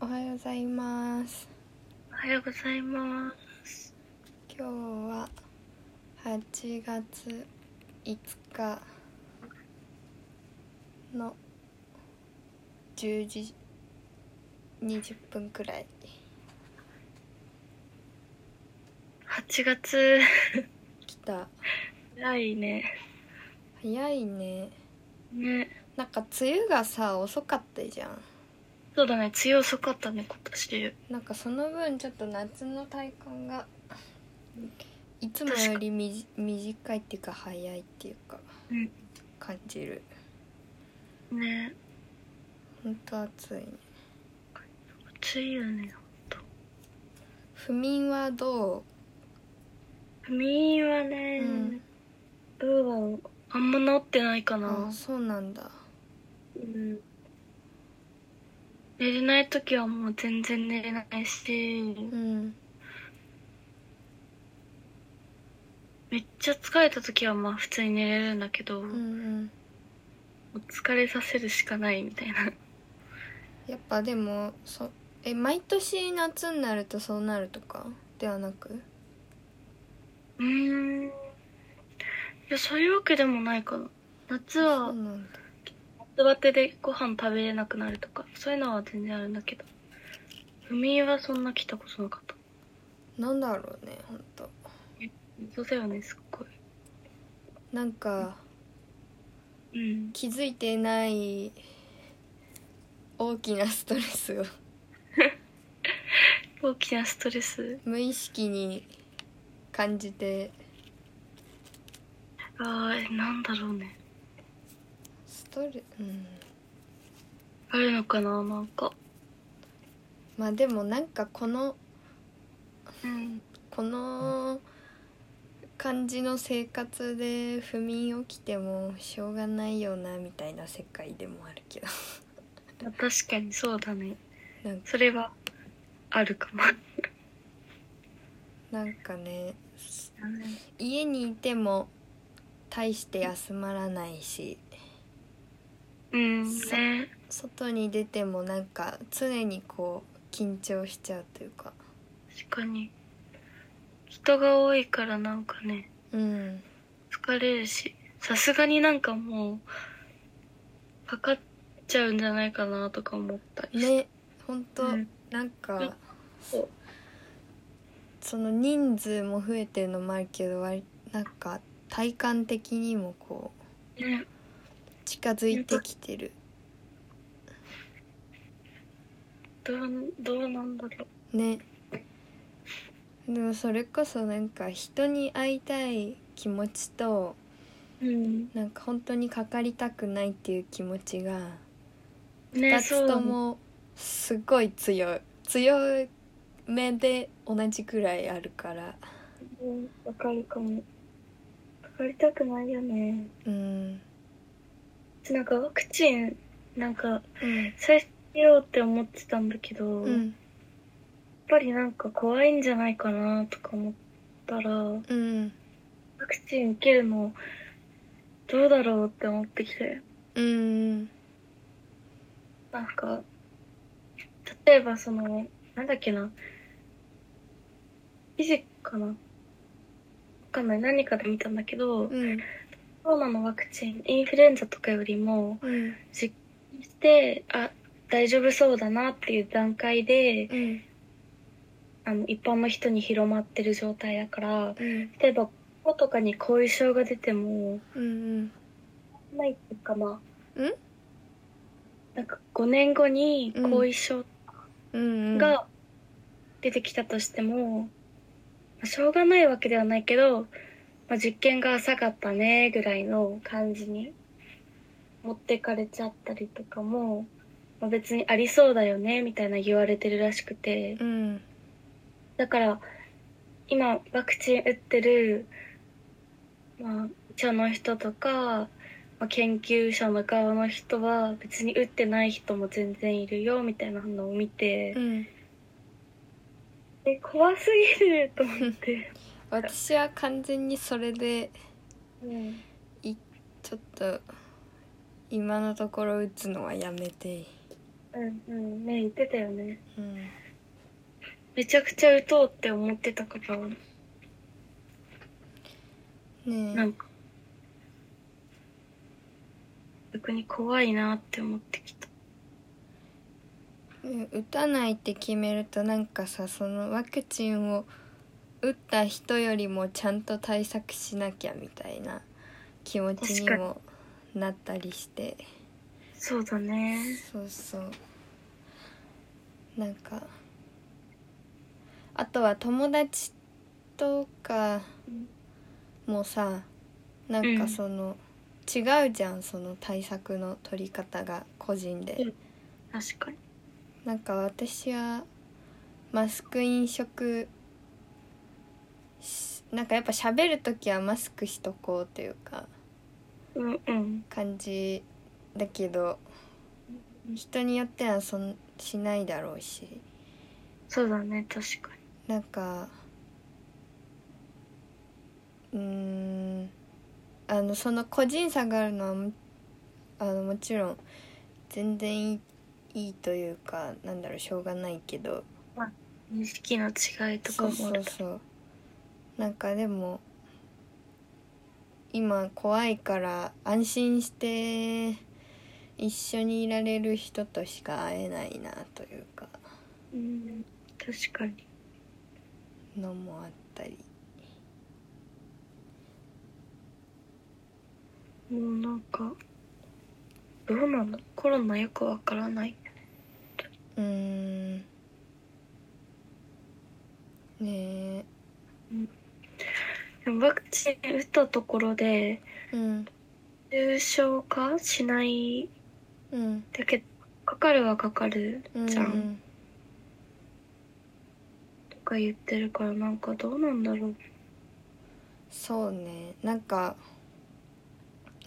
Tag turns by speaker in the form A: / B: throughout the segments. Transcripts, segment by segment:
A: おはようございます
B: おはようございます。
A: 今日は8月5日の10時20分くらい
B: 8月
A: 来た
B: 早いね。
A: 早いね
B: ね。
A: なんか梅雨がさ遅かったじゃん
B: そうだね、梅雨遅かったね、今年。
A: なんかその分ちょっと夏の体感がいつもよりみじ短いっていうか早いっていうか感じる
B: うん。ね。
A: ほんと暑いね
B: 暑いよね。
A: 不眠はど
B: 不眠はね、
A: うん
B: どうだろう。あんま治ってないか
A: うあ
B: な
A: あ。そうなんだ
B: うん。寝れない時はもう全然寝れないし、
A: うん
B: めっちゃ疲れた時はまあ普通に寝れるんだけど、
A: うんうん
B: もう疲れさせるしかないみたいな。
A: やっぱでもそえ毎年夏になるとそうなるとかではなく
B: うーん。いや、そういうわけでもないかな。夏
A: そ
B: は
A: うなんだ
B: 夏バテでご飯食べれなくなるとか、そういうのは全然あるんだけど。不眠はそんな来たことなかった。
A: なんだろうねほんと
B: そうだよね、すっごい。
A: なんか
B: うん。
A: 気づいてない大きなストレスを
B: 大きなストレス。
A: 無意識に感じて
B: ああ、えなんだろうね。
A: ストレうん
B: あるのかな、なんか。
A: まあでもなんかこの
B: うん。
A: この感じの生活で不眠起きてもしょうがないよなみたいな世界でもあるけど
B: まあ確かにそうだね。
A: なんか
B: それは、あるかも。
A: なんかね家にいても大して休まらないし
B: うん、ね。
A: 外に出てもなんか常にこう緊張しちゃうというか
B: 確かに。人が多いからなんかね。
A: うん
B: 疲れるしさすがになんかもうかかっちゃうんじゃないかなとか思ったりして
A: ね本当、
B: うん
A: なんか
B: そう
A: その人数も増えてるのもあるけど割なんか体感的にもこう
B: ね
A: 近づいてきてる
B: どうどうなんだろう
A: ねでもそれこそなんか人に会いたい気持ちと
B: うん
A: なんか本当にかかりたくないっていう気持ちが
B: ね
A: 2
B: そう
A: つ
B: だ
A: と
B: ね
A: もすごい強い強めで同じくらいあるから
B: うんわかるかもかかりたくないよね
A: うん
B: なんかワクチンなんか
A: うん
B: 最初やろうって思ってたんだけど、
A: う
B: やっ
A: ん
B: ぱりなんか怖いんじゃないかなとか思ったらワ
A: うん
B: クチン受けるのどうだろうって思ってきて
A: うん
B: なんか、例えばその、なんだっけな、記事かなわかんない。何かで見たんだけど、
A: うん
B: コロナのワクチン、インフルエンザとかよりも、
A: うん
B: 実験して、あ、大丈夫そうだなっていう段階で、
A: うん
B: あの、一般の人に広まってる状態だから、
A: うん
B: 例えば、こことかに後遺症が出ても、
A: うん
B: ないっていうかな。
A: ん
B: なんか、5年後に後遺症
A: うん
B: が出てきたとしても、まあしょうがないわけではないけど、まあ、実験が浅かったねぐらいの感じに持ってかれちゃったりとかも、まあ、別にありそうだよねみたいな言われてるらしくて
A: うん
B: だから今ワクチン打ってる、まあ、医者の人とか、まあ、研究者の側の人は別に打ってない人も全然いるよみたいなのを見て。
A: うん
B: え怖すぎると思って、
A: 私は完全にそれで
B: うん、
A: ちょっと今のところ打つのはやめて
B: うんうんね言ってたよね
A: うん
B: めちゃくちゃ打とうって思ってたからな
A: ね
B: んか逆に怖いなって思ってきた
A: えね打たないって決めるとなんかさそのワクチンを打った人よりもちゃんと対策しなきゃみたいな気持ちにもなったりして
B: そうだね
A: そうそうなんかあとは友達とかもさなんかその、違うじゃんその対策の取り方が個人で、
B: うん確かに
A: なんか私はマスク飲食しなんかやっぱ喋る時はマスクしとこうというか
B: うんうん
A: 感じだけど人によってはそんしないだろうし
B: そうだね確か
A: なんかうーんあのその個人差があるのはもあのもちろん全然いいいいというかなんだろうしょうがないけど
B: に意識の違いとか
A: そうそ
B: もある
A: うそうなんかでも今怖いから安心して一緒にいられる人としか会えないなというか
B: うん確かに
A: のもあったり
B: もうなんかどうなのコロナよくわからないう
A: ーんねえ
B: でもワクチン打ったところで
A: うん
B: 重症化しない
A: うん
B: だけどかかるはかかる
A: うん
B: じゃん、とか言ってるからなんかどうなんだろう
A: そうねなんか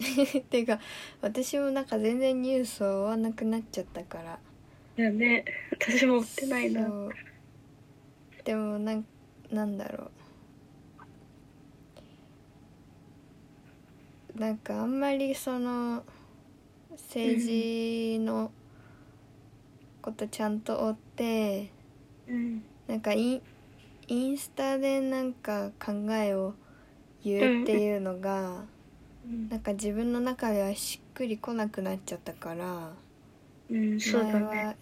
A: てか私もなんか全然ニュースを追わなくなっちゃったから
B: いやね 私も追ってないな
A: そうでもなんなんだろうなんかあんまりその政治のことちゃんと追って
B: うん
A: なんかインインスタでなんか考えを言うっていうのが、
B: うん
A: なんか自分の中ではしっくりこなくなっちゃったから
B: うんそうだ
A: 前
B: ね
A: は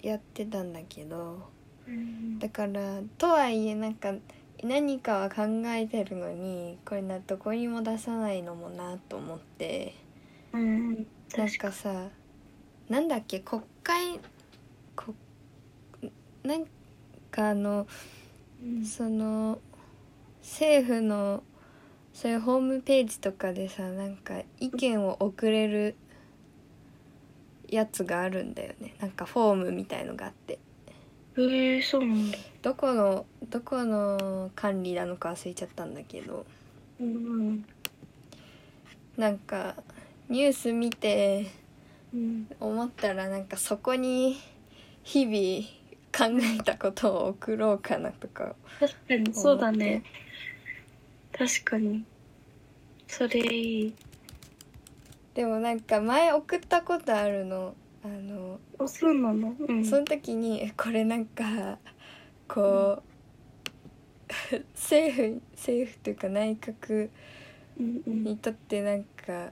A: やってたんだけど。
B: うん
A: だからとはいえなんか何かは考えてるのにこれなどこにも出さないのもなと思って
B: うん
A: なん
B: 確か
A: かさなんだっけ国会こなんかあの
B: に
A: その政府のそういうホームページとかでさなんか意見を送れるやつがあるんだよねなんかフォームみたいのがあって。
B: えー、そうなんだ
A: どこのどこの管理なのか忘れちゃったんだけど
B: うん
A: なんかニュース見て
B: うん
A: 思ったらなんかそこに日々考えたことを送ろうかなとか
B: 確かにそうだね確かにそれいい
A: でもなんか前送ったことあるのあの、
B: あそうなのうん
A: その時にえこれなんかこう、 政府政府というか内閣
B: うんうん
A: にとってなんか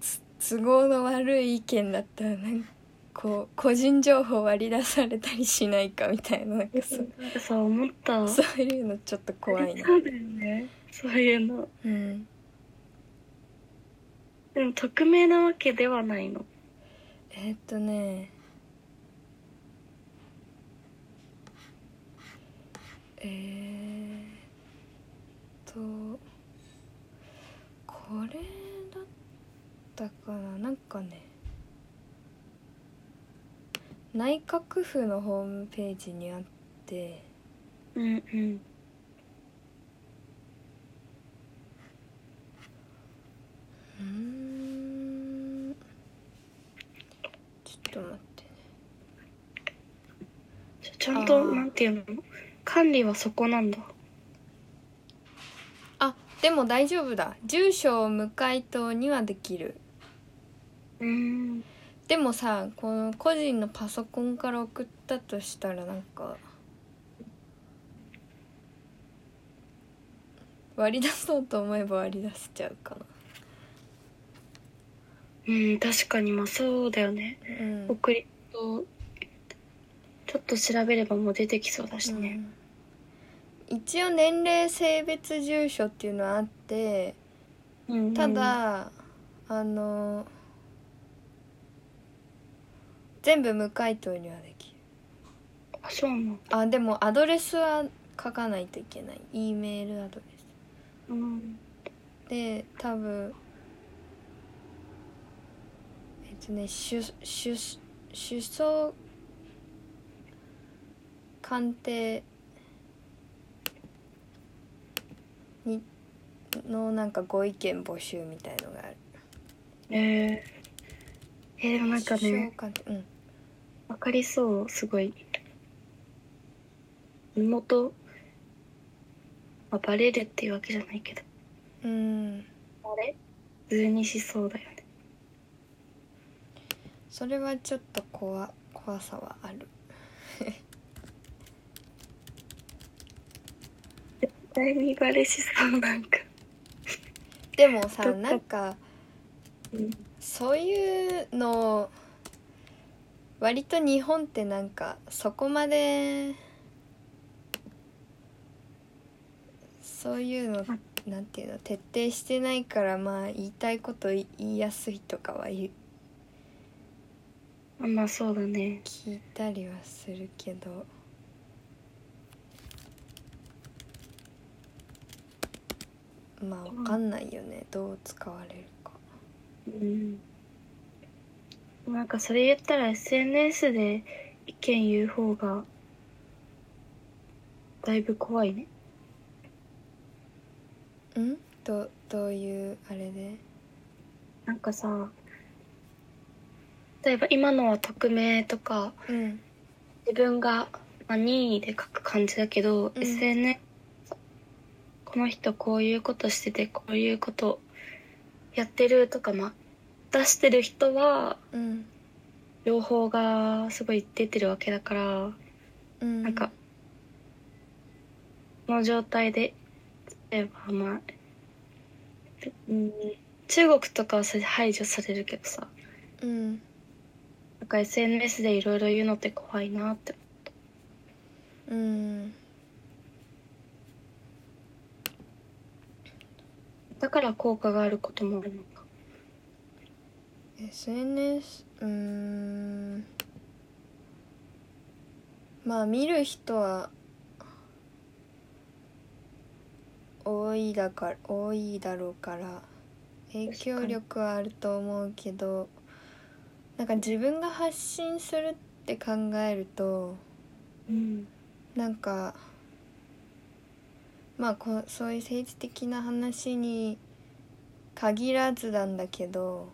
A: つ都合の悪い意見だったらなんかこう個人情報割り出されたりしないかみたいななんかそ
B: なんかさ思った
A: そういうのちょっと怖いな。
B: そうだよねそういうの
A: うん、
B: でも匿名なわけではないの
A: えーっとねえー、っとこれだったかななんかね内閣府のホームページにあって
B: うんうん
A: うーんちょっと待ってね
B: ちょちゃんと
A: あー
B: なんていうの管理はそこなんだ
A: あでも大丈夫だ住所を無回答にはできる
B: うん
A: でもさこの個人のパソコンから送ったとしたらなんか割り出そうと思えば割り出せちゃうかな
B: うん確かにまあそうだよね
A: うん
B: 送りとちょっと調べればもう出てきそうだしね
A: うん一応年齢性別住所っていうのはあって
B: うん
A: ただ、あの全部無回答にはできる
B: あそうなの
A: あでもアドレスは書かないといけない E メールアドレ
B: うん
A: スで多分えっとね主主主相鑑定にのなんかご意見募集みたいのがある
B: えー、えーでもなんか
A: 首相
B: ね
A: 鑑定うん
B: わかりそうすごい身元、まあ、バレるっていうわけじゃないけど
A: うん
B: あれ普通にしそうだよね
A: それはちょっと怖怖さはある
B: 絶対にバレしそうなんか
A: でも
B: ちょ
A: さ
B: っと
A: なんか
B: うん
A: そういうの割と日本ってなんかそこまでそういうのなんていうの徹底してないからまあ言いたいこと言いやすいとかは言う
B: あまあそうだね
A: 聞いたりはするけどまあわかんないよねどう使われるか。
B: うんなんかそれ言ったら SNS で意見言う方がだいぶ怖いね
A: んどどういうあれで
B: なんかさ例えば今のは匿名とか
A: うん
B: 自分が、まあ、任意で書く感じだけど、
A: うん
B: SNS この人こういうことしててこういうことやってるとか、まあ、出してる人は
A: うん
B: 情報がすごい出てるわけだから
A: うん
B: なんかこの状態で例えばまあ、うん、中国とかはそれで排除されるけどさ
A: うん
B: なんか SNS でいろいろ言うのって怖いなって
A: うん
B: だから効果があることもあるのか
A: SNS うーんまあ見る人は多いだから多いだろうから影響力はあると思うけどなんか自分が発信するって考えると
B: うん
A: なんかまあこうそういう政治的な話に限らずなんだけど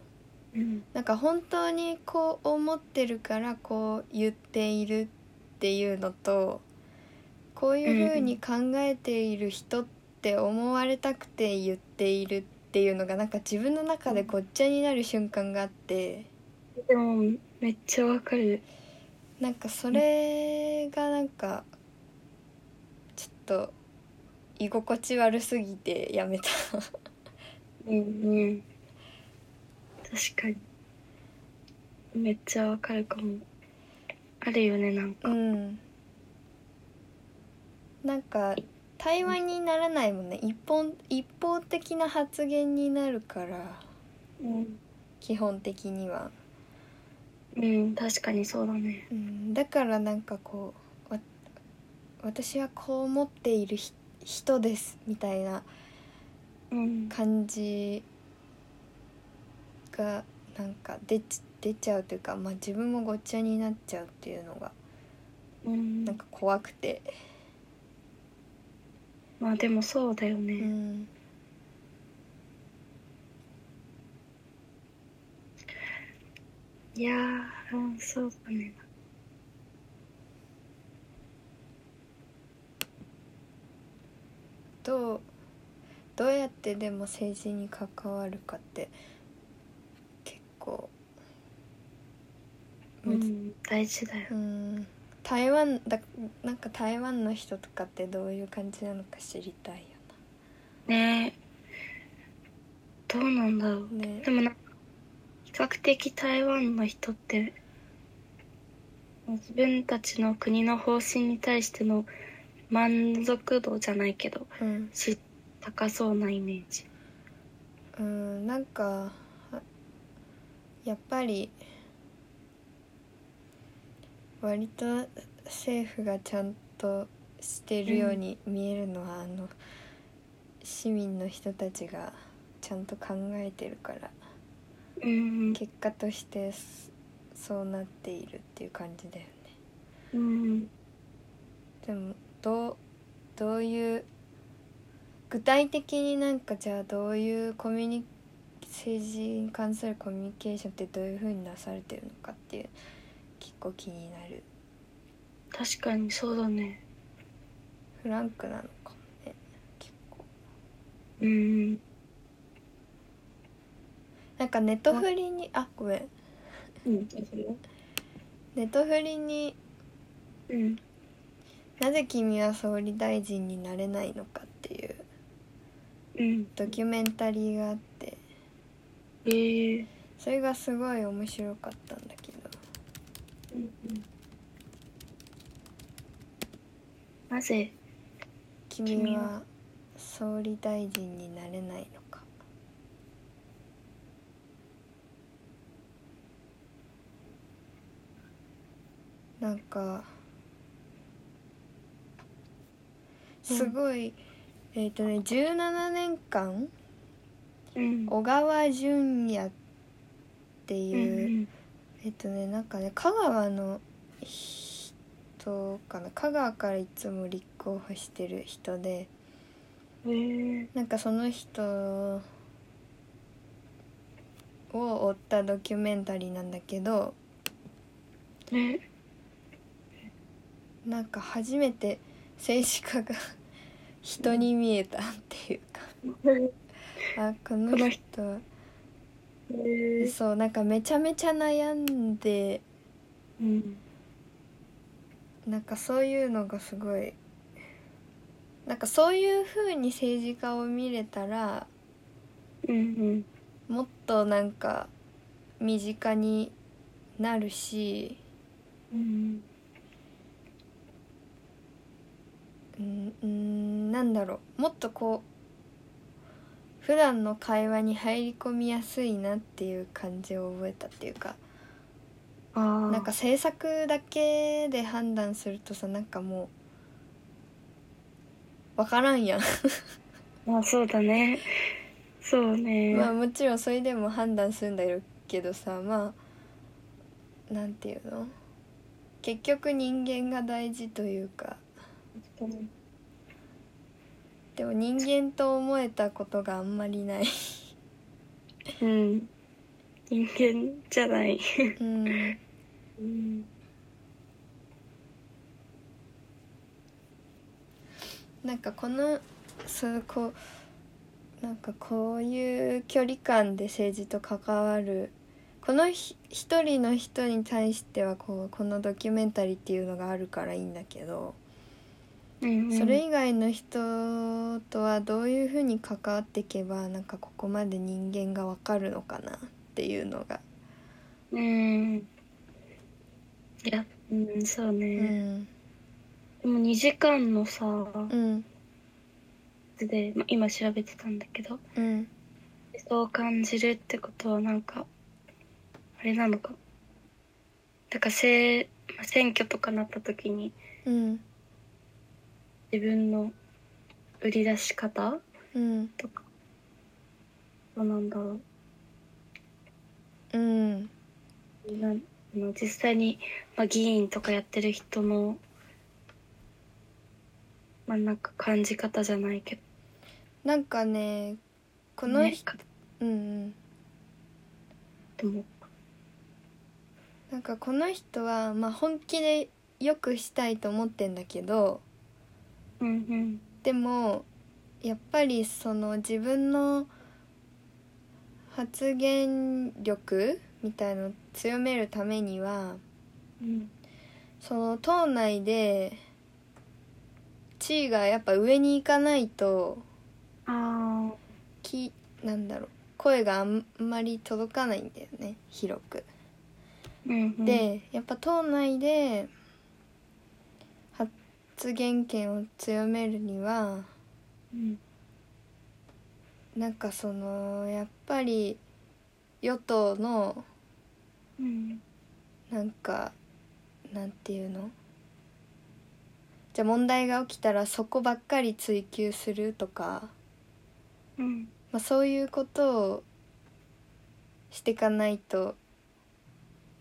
B: うん
A: なんか本当にこう思ってるからこう言っているっていうのとこういうふうに考えている人って思われたくて言っているっていうのがなんか自分の中でごっちゃになる瞬間があって
B: でもめっちゃわかる
A: なんかそれがなんかちょっと居心地悪すぎてやめた
B: うんうん確かにめっちゃわかるかもあるよねなんか、
A: うんなんか対話にならないもんね一本一方的な発言になるから
B: うん
A: 基本的には、
B: うん、確かにそうだね
A: うん、だからなんかこうわ私はこう思っているひ人ですみたいな
B: うん
A: 感じがなんか出ち出ちゃうというか、まあ、自分もごっちゃになっちゃうっていうのが
B: うん
A: なんか怖くて、
B: まあでもそうだよね、
A: うん、
B: いやー、うん、そうだね。
A: どうどうやってでも政治に関わるかって結構
B: う、ん、大事だよ
A: うん台湾だなんか台湾の人とかってどういう感じなのか知りたいよ
B: ねどうなんだろう
A: なね
B: でもなんか比較的台湾の人って自分たちの国の方針に対しての満足度じゃないけど
A: うん、
B: し高そうなイメージ
A: うん、なんかあやっぱり割と政府がちゃんとしてるように見えるのは、あの市民の人たちがちゃんと考えてるから
B: うん
A: 結果としてそそうなっているっていう感じだよね
B: うん
A: でもどうどういう具体的になんかじゃあどういうコミュニ政治に関するコミュニケーションってどういうふうになされてるのかっていう結構気になる
B: 確かにそうだね
A: フランクなのかもね結構
B: うん
A: なんかネットフリにあごめん
B: うん
A: ネットフリに
B: うん
A: なぜ君は総理大臣になれないのかっていう
B: うん
A: ドキュメンタリーがあって
B: えー
A: それがすごい面白かったんだけど
B: うんうんなぜ
A: 君は総理大臣になれないのかなんかすごい、えっ、とね17年間
B: うん
A: 小川淳也って
B: う
A: いう、
B: ん
A: えっとねなんかね香川の人かな香川からいつも立候補してる人で、
B: うんえー
A: なんかその人を追ったドキュメンタリーなんだけど
B: ね
A: なんか初めて政治家が 人に見えたっていうかあこの人は
B: え
A: そうなんかめちゃめちゃ悩んで
B: うん
A: なんかそういうのがすごいなんかそういう風に政治家を見れたら
B: うん
A: もっとなんか身近になるし
B: うん
A: うんうんなんだろうもっとこう普段の会話に入り込みやすいなっていう感じを覚えたっていうか
B: ああ
A: なんか制作だけで判断するとさなんかもう分からんやん
B: まあそうだねそうね、
A: まあもちろんそれでも判断するんだけどさまあなんていうの結局人間が大事というか
B: 確かに
A: でも人間と思えたことがあんまりない
B: うん人間じゃない
A: うん
B: うん
A: なんかこのそうこうなんかこういう距離感で政治と関わるこのひ一人の人に対してはこうこのドキュメンタリーっていうのがあるからいいんだけど、
B: うん
A: それ以外の人とはどういうふうに関わっていけばなんかここまで人間がわかるのかなっていうのが、
B: うんいやうんそう
A: う
B: ね、
A: ん
B: でも2時間のさ
A: うん
B: で、まあ、今調べてたんだけど
A: うん、
B: そう感じるってことはなんかあれなのかだからせ、まあ、選挙とかなった時に
A: うん
B: 自分の売り出し方
A: うん
B: とかどうなんだろ
A: うん
B: うなあの実際に、まあ、議員とかやってる人のまあなんか感じ方じゃないけど
A: なんかねこの
B: ね
A: 人、うんうん
B: でも
A: なんかこの人は、まあ、本気で良くしたいと思ってんだけど
B: うん
A: でもやっぱりその自分の発言力みたいのを強めるためには
B: うん
A: その党内で地位がやっぱ上に行かないと
B: あ
A: きなんだろう声があんまり届かないんだよね広く。
B: ーうんうん
A: でやっぱ党内で発言権を強めるには
B: うん
A: なんかそのやっぱり与党の
B: うん
A: なんかなんていうのじゃあ問題が起きたらそこばっかり追及するとか、
B: うん
A: まあ、そういうことをしていかないと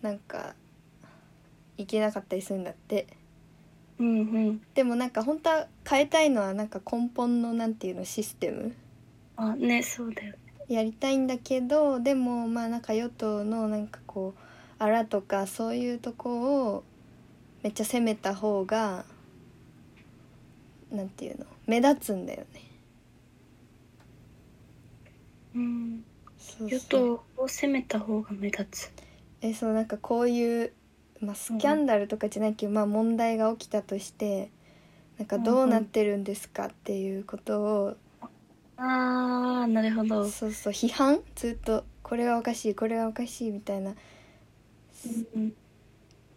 A: なんかいけなかったりするんだって。
B: うんうん
A: でもなんか本当は変えたいのはなんか根本のなんていうのシステム
B: あねそうだよね
A: やりたいんだけどでもまあなんか与党のなんかこうあらとかそういうとこをめっちゃ攻めた方がなんていうの目立つんだよね。
B: うん
A: そうそう
B: 与党を攻めた方が目立つ
A: えそうなんかこういう、まあ、スキャンダルとかじゃないけど、まあ、問題が起きたとしてなんかどうなってるんですかっていうことを
B: ああなるほど
A: そうそう批判ずっとこれはおかしいこれはおかしいみたいな
B: うん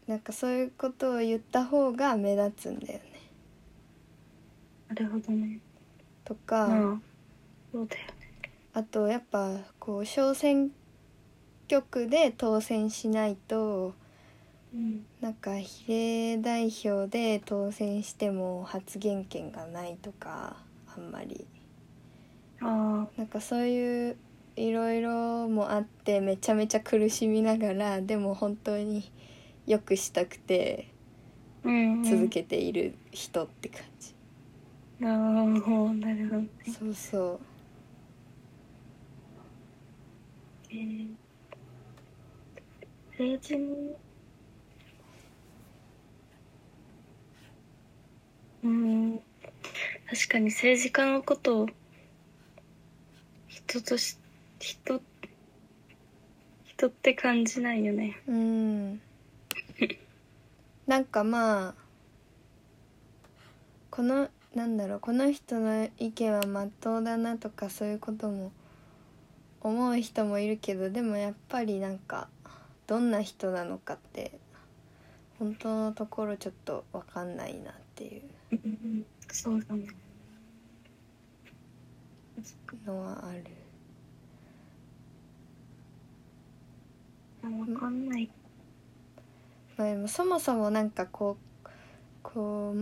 A: なんかそういうことを言った方が目立つんだよね
B: なるほどね
A: とか、
B: うんそうだよね
A: あとやっぱこう小選挙区で当選しないと
B: うん
A: なんか比例代表で当選しても発言権がないとかあんまり
B: あ
A: なんかそういういろいろもあってめちゃめちゃ苦しみながらでも本当に良くしたくて
B: あうん
A: 続けている人って感じ、
B: ああなるほどね
A: そうそう
B: えー政治にうーん確かに政治家のことを人とし人人って感じないよね
A: うんなんかまあこのなんだろうこの人の意見はまっとうだなとかそういうことも思う人もいるけどでもやっぱりなんかどんな人なのかって本当のところちょっとわかんないなってい
B: そうだね
A: うのはある
B: 分かんない
A: まあ、でもそもそもなんかこうこ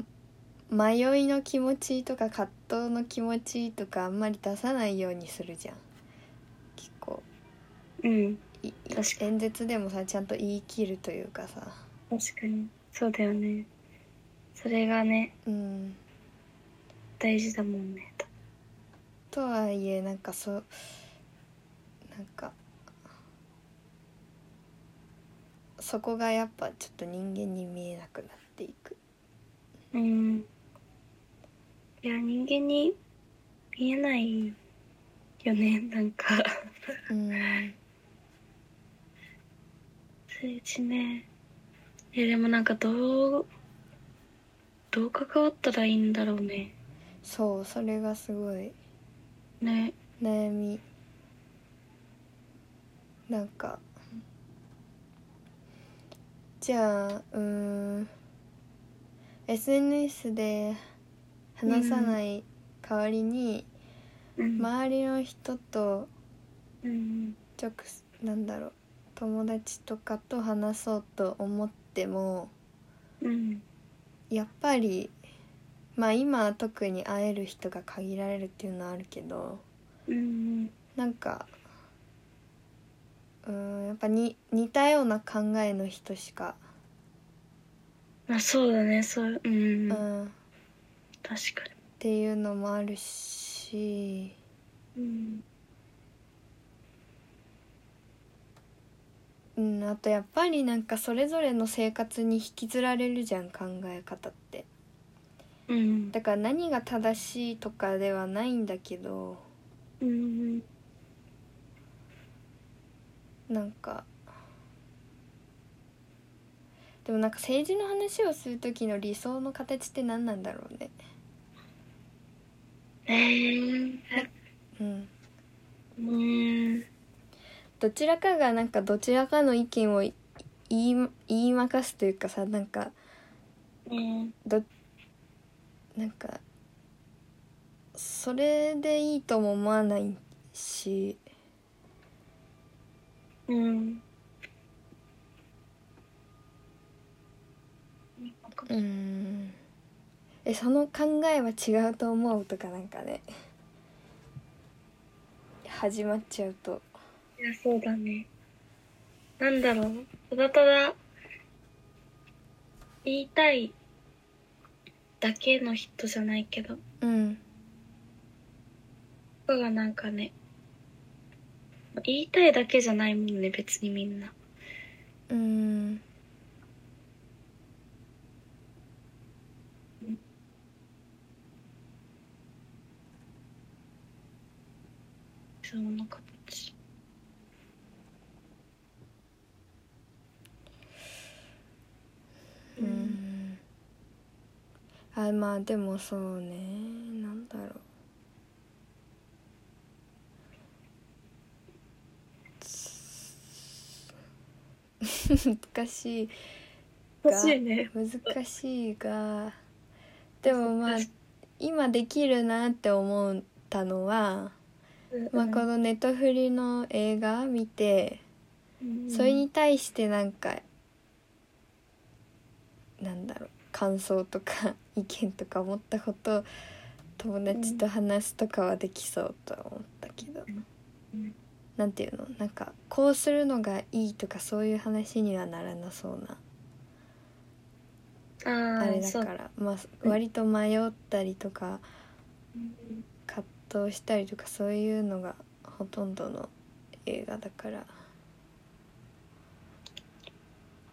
A: う迷いの気持ちとか葛藤の気持ちとかあんまり出さないようにするじゃん結構
B: うん
A: いい
B: 確か
A: 演説でもさちゃんと言い切るというかさ
B: 確かにそうだよねそれがね
A: うん
B: 大事だもんね
A: とはいえなんかそうなんかそこがやっぱちょっと人間に見えなくなっていく
B: うん。いや、人間に見えないよね、なんか。
A: うん
B: 政治ね。え、でもなんかどう、どう関わったらいいんだろうね。
A: そうそれがすごい
B: ね。
A: 悩みなんかじゃあうーん SNS で話さない代わりに、
B: うん。
A: 周りの人と
B: うん。
A: 直なんだろう友達とかと話そうと思っても
B: うん。
A: やっぱりまあ今は特に会える人が限られるっていうのはあるけど。
B: うん。
A: なんかうーんやっぱに似たような考えの人しか、
B: まあ、そうだね、そう、うん。
A: うん
B: 確
A: っ
B: か
A: ていうのもあるし
B: に。うん。
A: うんあとやっぱりなんかそれぞれの生活に引きずられるじゃん考え方って
B: うん。
A: だから何が正しいとかではないんだけど
B: うん。
A: なんかでもなんか政治の話をする時の理想の形って何なんだろうね
B: えー、
A: うん
B: うーん
A: どちらかがなんかどちらかの意見をい言い言いまかすというかさなんか
B: うん
A: どなんかそれでいいとも思わないし
B: うん
A: うんえその考えは違うと思うとかなんかね始まっちゃうと
B: いや、そうだね。なんだろう。ただただ、言いたいだけの人じゃないけど、
A: うん
B: 僕がなんかね、言いたいだけじゃないもんね、別にみんな。
A: うん
B: その形。
A: う。んあまあでもそうねなんだろうつ 難しい
B: 欲しいね。
A: 難しいがでもまあ今できるなって思ったのは、まあ、このネットフリの映画見て
B: うん
A: それに対してなんかなんだろう感想とか 意見とか思ったことを友達と話すとかはできそうとは思ったけど
B: うん
A: なんていうのなんかこうするのがいいとかそういう話にはならなそうな
B: あ
A: あれ
B: ー
A: だ
B: そう
A: からまあ割と迷ったりとか
B: うん
A: 葛藤したりとかそういうのがほとんどの映画だから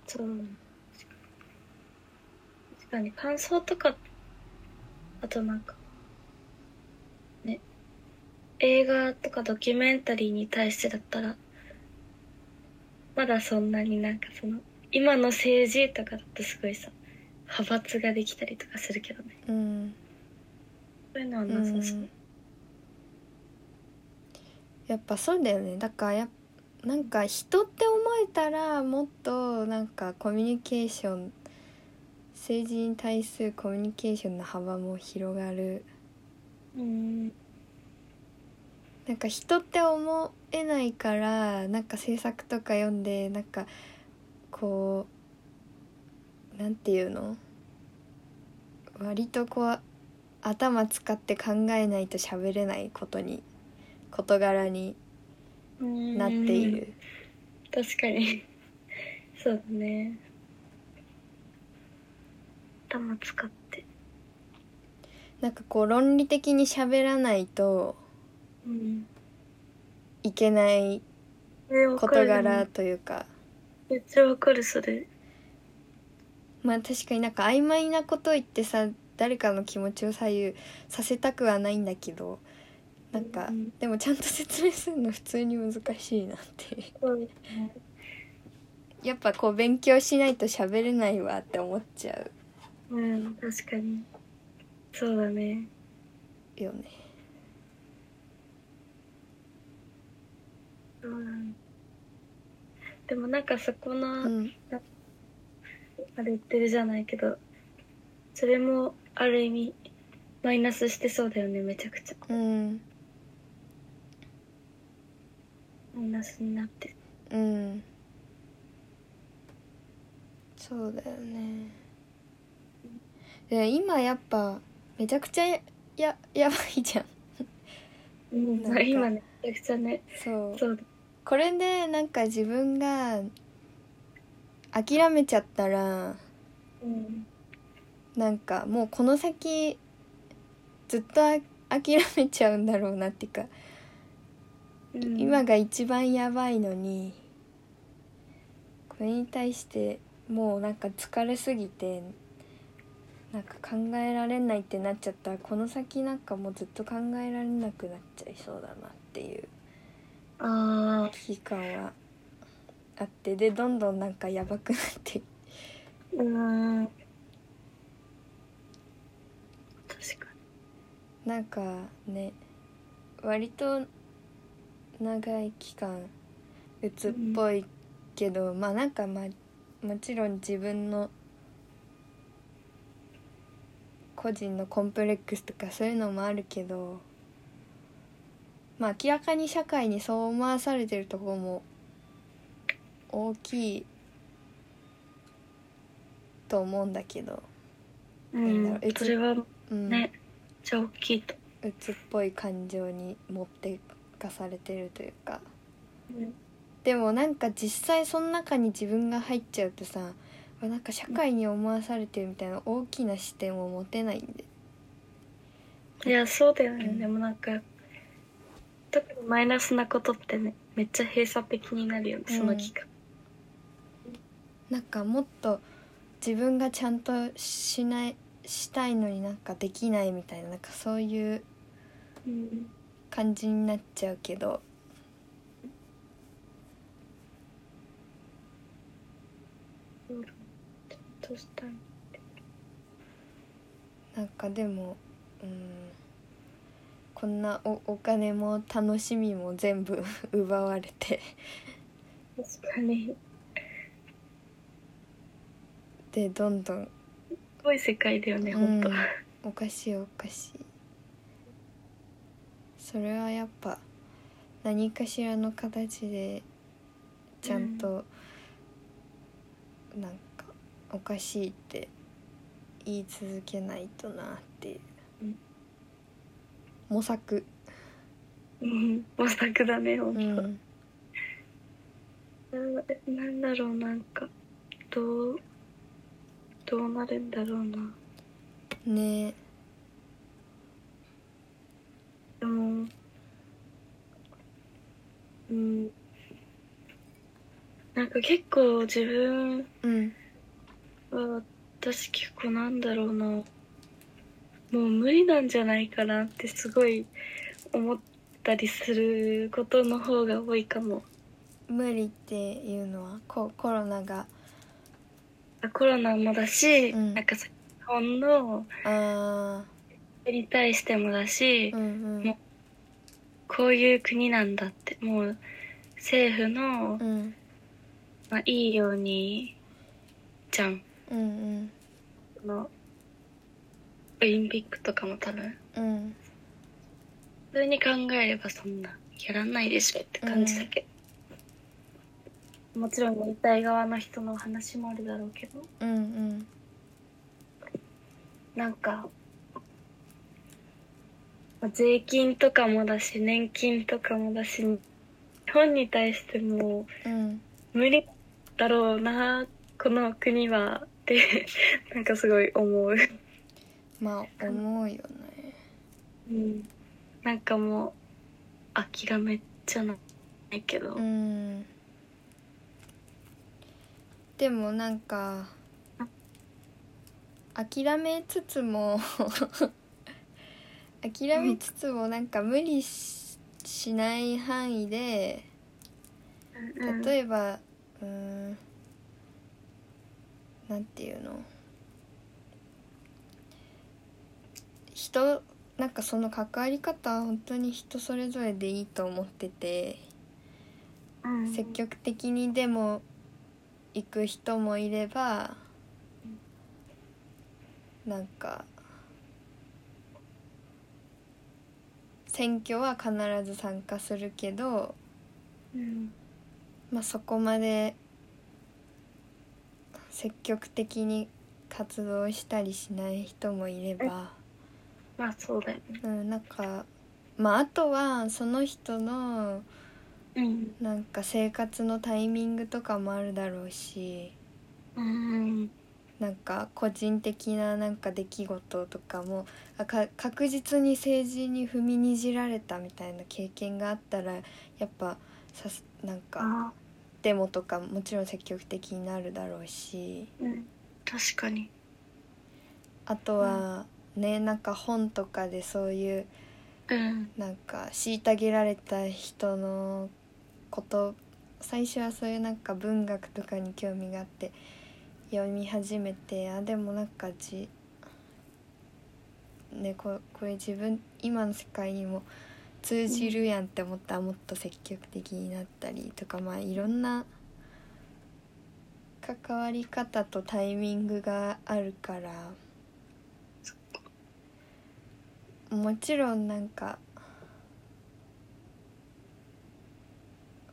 B: そう確かに感想とかあとなんかね映画とかドキュメンタリーに対してだったらまだそんなになんかその今の政治とかだとすごいさ派閥ができたりとかするけどね
A: うん
B: そういうのは
A: う
B: なさそうん
A: やっぱそうだよねだからやっなんか人って思えたらもっとなんかコミュニケーション政治に対するコミュニケーションの幅も広がる
B: うん
A: なんか人って思えないからなんか制作とか読んでなんかこうなんていうの割とこう頭使って考えないと喋れないことに事柄に
B: うん
A: なっている
B: 確かに そうだね頭使って
A: なんかこう論理的に喋らないと
B: うん
A: いけない事柄というか
B: めっちゃわかるそれ
A: まあ確かになんか曖昧なことを言ってさ誰かの気持ちを左右させたくはないんだけどなんか、
B: うん
A: でもちゃんと説明するの普通に難しいなっていう
B: うん
A: やっぱこう勉強しないと喋れないわって思っちゃ
B: うん確かにそうだね
A: うよね
B: そうだねでもなんかそこの、
A: うん
B: あれ言ってるじゃないけどそれもある意味マイナスしてそうだよねめちゃくちゃ
A: うん
B: マイナスになってる
A: うんそうだよねで今やっぱめちゃくちゃやややばいじゃん
B: うん
A: なんか
B: 今ねめちゃくちゃね
A: そう
B: そうだ
A: これでなんか自分が諦めちゃったら
B: うん
A: なんかもうこの先ずっとあ諦めちゃうんだろうなっていうか、
B: うん
A: 今が一番やばいのにこれに対してもうなんか疲れすぎてなんか考えられないってなっちゃったらこの先なんかもうずっと考えられなくなっちゃいそうだなっていう
B: ああ
A: 危機感はあってでどんどんなんかやばくなって
B: うーん。確か
A: なんかね割と長い期間鬱っぽいけど、まあなんかまもちろん自分の個人のコンプレックスとかそういうのもあるけどまあ明らかに社会にそう思わされてるところも大きいと思うんだけど、
B: に。
A: んなんんだ
B: う
A: ろう。
B: それは
A: うん、
B: ね、じゃあ大きいと。
A: 鬱っぽい感情に持ってかされてるというか。
B: うん
A: でもなんか実際その中に自分が入っちゃうとさあなんか社会に思わされてるみたいな大きな視点を持てないんで
B: いや、そうだよね。
A: うん
B: でもなんか、特にマイナスなことってね、めっちゃ閉鎖的になるよね、その期間。
A: なんかもっと自分がちゃんとしないしたいのになんかできないみたいななんかそういう
B: うん。
A: 感じになっちゃうけど
B: そうだねちょっとしたい。
A: なんかでもうんこんなおお金も楽しみも全部 奪われて
B: 確かに。
A: でどんどん
B: すごい世界だよね、本当。
A: うんおかしいおかしいそれはやっぱ何かしらの形でちゃんとなんかおかしいって言い続けないとなっていう
B: うん
A: 模索、
B: うん。模索だね、
A: う
B: 本当。
A: ん、
B: ななんだろうなんかどうどうなるんだろうな
A: ね
B: でもうんなんか結構自分
A: うん
B: は私結構なんだろうなもう無理なんじゃないかなってすごい思ったりすることの方が多いかも
A: 無理っていうのはココロナが
B: コロナもだし、
A: うん
B: なんかさ日本の
A: あ
B: に対してもだし、
A: ーうんうん
B: こういう国なんだってもう政府の、
A: うん
B: まあ、いいようにじゃん
A: うん
B: このオリンピックとかも多分
A: うんうん
B: 普通に考えればそんなやらないでしょって感じだけど、もちろんやりたい側の人の話もあるだろうけど
A: うんうん
B: なんか、まあ税金とかもだし年金とかもだし日本に対しても
A: うん
B: 無理だろうなこの国はって なんかすごい思う、
A: まあ思うよね
B: うん、なんかもう諦めじゃないけど、
A: うんでもなんか諦めつつも 諦めつつもなんか無理ししない範囲で
B: うん
A: 例えばうーんなんていうの人なんかその関わり方は本当に人それぞれでいいと思ってて。
B: うん
A: 積極的にでも行く人もいればなんか選挙は必ず参加するけど、
B: うん
A: まあ、そこまで積極的に活動したりしない人もいれば、
B: まあそうだよね
A: うん、なんかまああとはその人の
B: うん
A: なんか生活のタイミングとかもあるだろうし。
B: うん
A: なんか個人的ななんか出来事とかもあか確実に政治に踏みにじられたみたいな経験があったらやっぱさすなんか
B: あ
A: デモとかもちろん積極的になるだろうし
B: うん確かに
A: あとはねなんか本とかでそういう
B: うん
A: なんか虐げられた人のこと最初はそういうなんか文学とかに興味があって読み始めてあでもなんかじねここれ自分今の世界にも通じるやんって思ったらもっと積極的になったりとかまあいろんな関わり方とタイミングがあるからもちろんなんか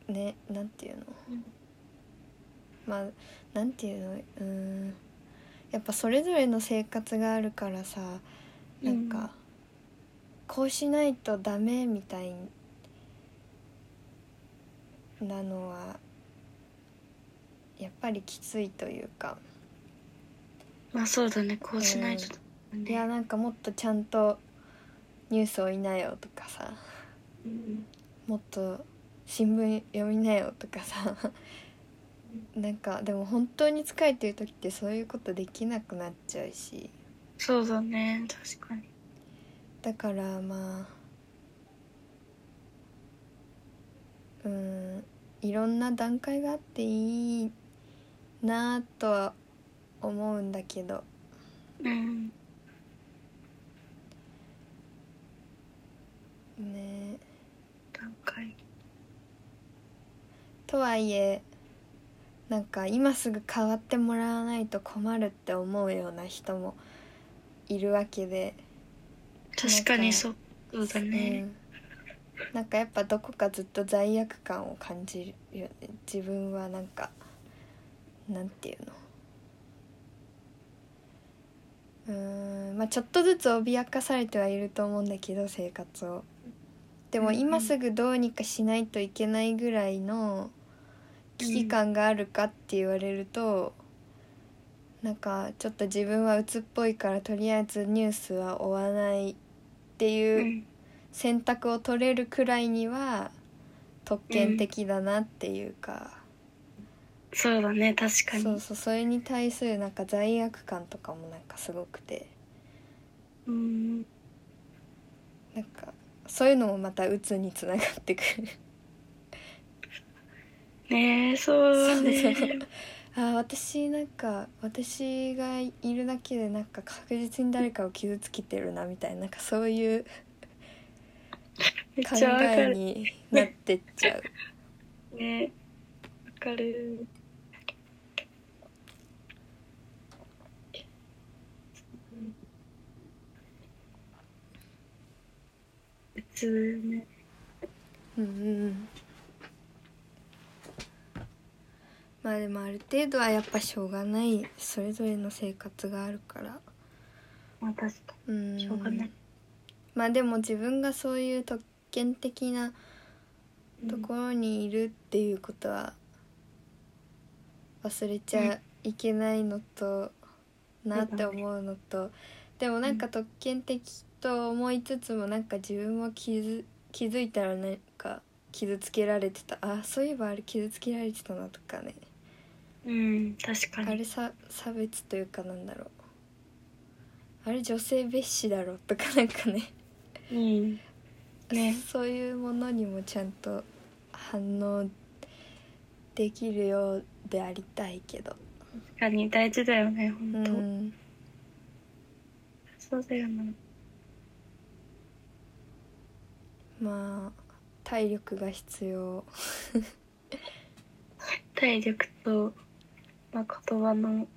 A: ねなんていうの
B: うん
A: まあなんていうのうーんやっぱそれぞれの生活があるからさなんか、
B: うん
A: こうしないとダメみたいなのはやっぱりきついというか、
B: まあそうだねこうしないとだもん
A: いや
B: ね、
A: なんかもっとちゃんとニュースをいなよとかさ
B: うん
A: もっと新聞読みなよとかさ なんかでも本当に疲れてる時ってそういうことできなくなっちゃうし
B: そうだね確かに
A: だからまあうんいろんな段階があっていいなぁとは思うんだけど
B: うん
A: ね
B: 段階
A: とはいえなんか今すぐ変わってもらわないと困るって思うような人もいるわけで。
B: 確かにそうそうだ
A: う
B: ね、
A: んなんかやっぱどこかずっと罪悪感を感じるよね自分はなんかなんていうのうーんまあちょっとずつ脅かされてはいると思うんだけど生活をでも
B: うんうん
A: 今すぐどうにかしないといけないぐらいの危機感があるかって言われると、なんかちょっと自分は鬱っぽいからとりあえずニュースは追わないって
B: う、
A: いうん選択を取れるくらいには特権的だなっていうか、
B: そうだね確かに
A: そうそうそれに対するなんか罪悪感とかもなんかすごくて
B: うん
A: なんかそういうのもまた鬱につながってくる
B: ねえそうだ ね
A: そうあー私なんか私がいるだけでなんか確実に誰かを傷つけてるなみたいななんかそういう
B: めっ
A: 考
B: ちゃわか
A: え
B: る
A: になってっちゃう。
B: ねわかる普通ね
A: うんうんうんまあでもある程度はやっぱしょうがないそれぞれの生活があるから
B: まあ確か
A: うん
B: しょうがない
A: まあでも自分がそういう特権的な
B: に
A: ところにいるっていうことは忘れちゃいけないのとなって思うのとでもなんか特権的と思いつつもなんか自分も傷気づいたらなんか傷つけられてたあそういえばあれ傷つけられてたなとかね
B: うん確か
A: あ
B: に
A: れさ差別というかなんだろうあれ女性蔑視だろとかなんかね
B: うんね
A: そういうものにもちゃんと反応できるようでありたいけど、
B: 確かに大事だよね
A: う
B: 本当、
A: ん、
B: そうだよな
A: まあ体力が必要
B: 体力と、まあ、言葉の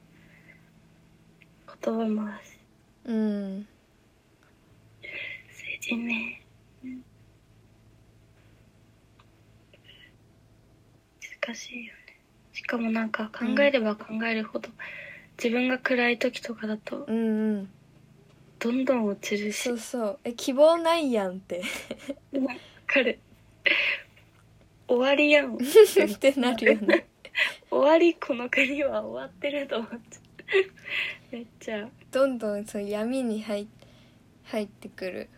B: 言葉もだし
A: うん
B: 成人ねうん難しいよねしかもなんか考えれば考えるほど、自分が暗い時とかだと
A: うんうん
B: どんどん落ちるし
A: そ
B: わ
A: うそうえ希望ないやんって
B: かる終わりやん終
A: ってなるよね
B: わりこの国は終わってると思っちゃう めっちゃ
A: どんどんそう闇に入入ってくる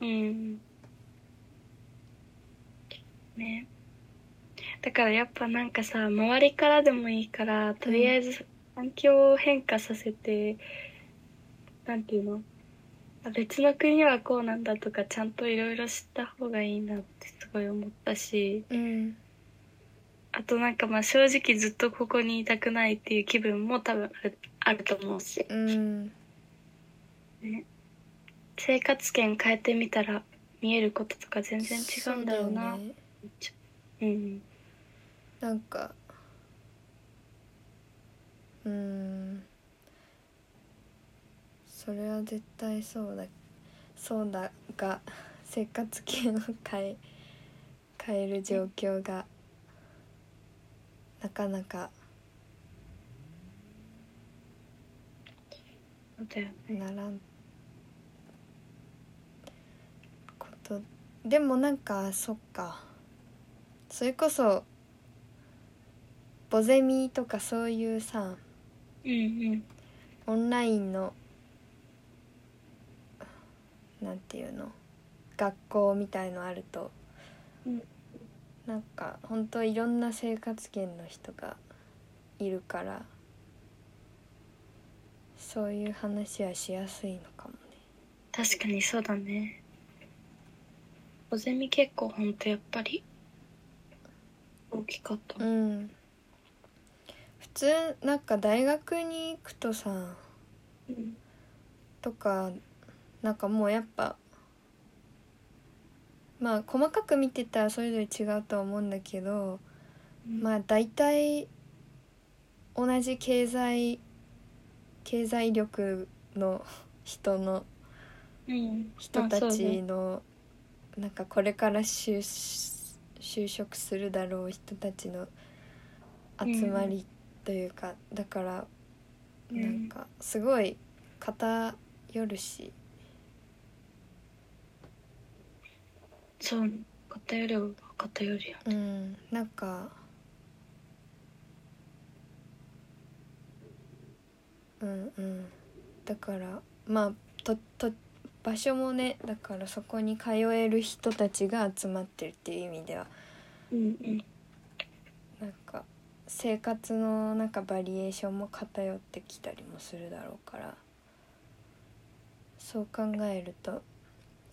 B: うんねだからやっぱなんかさ周りからでもいいからとりあえず環境を変化させて、なんていうのあ別の国はこうなんだとかちゃんといろいろ知った方がいいなってすごい思ったし
A: うん
B: ああとなんかまあ正直ずっとここにいたくないっていう気分も多分あるあると思うし
A: うん
B: 生活圏変えてみたら見えることとか全然違うんだろう
A: そ
B: な
A: うだよね
B: うん
A: なんかうーんそれは絶対そうだそうだが生活圏を変え変える状況がなかなか
B: そうだよね
A: ならんことでもなんかそっかそれこそボゼミとかそういうさ、
B: うんうん
A: オンラインのなんていうの学校みたいのあると、
B: うん
A: なんか本当いろんな生活圏の人がいるからそういう話はしやすいのかもね。
B: 確かにそうだねおゼミ結構ほんとやっぱり大きかった
A: うん普通なんか大学に行くとさ
B: うん
A: とかなんかもうやっぱまあ細かく見てたらそれぞれ違うとは思うんだけどまあ大体同じ経済経済力の人の
B: うん
A: 人た
B: まあそう
A: ち
B: ね
A: のなんかこれから就就職するだろう人たちの集まりというか、だから
B: うん
A: なんかすごい偏るし、
B: そう偏りは偏りや
A: うん、なんかうんうんだからまあとと場所もねだからそこに通える人たちが集まってるっていう意味では
B: うんうん
A: なんか生活のなんかバリエーションも偏ってきたりもするだろうからそう考えると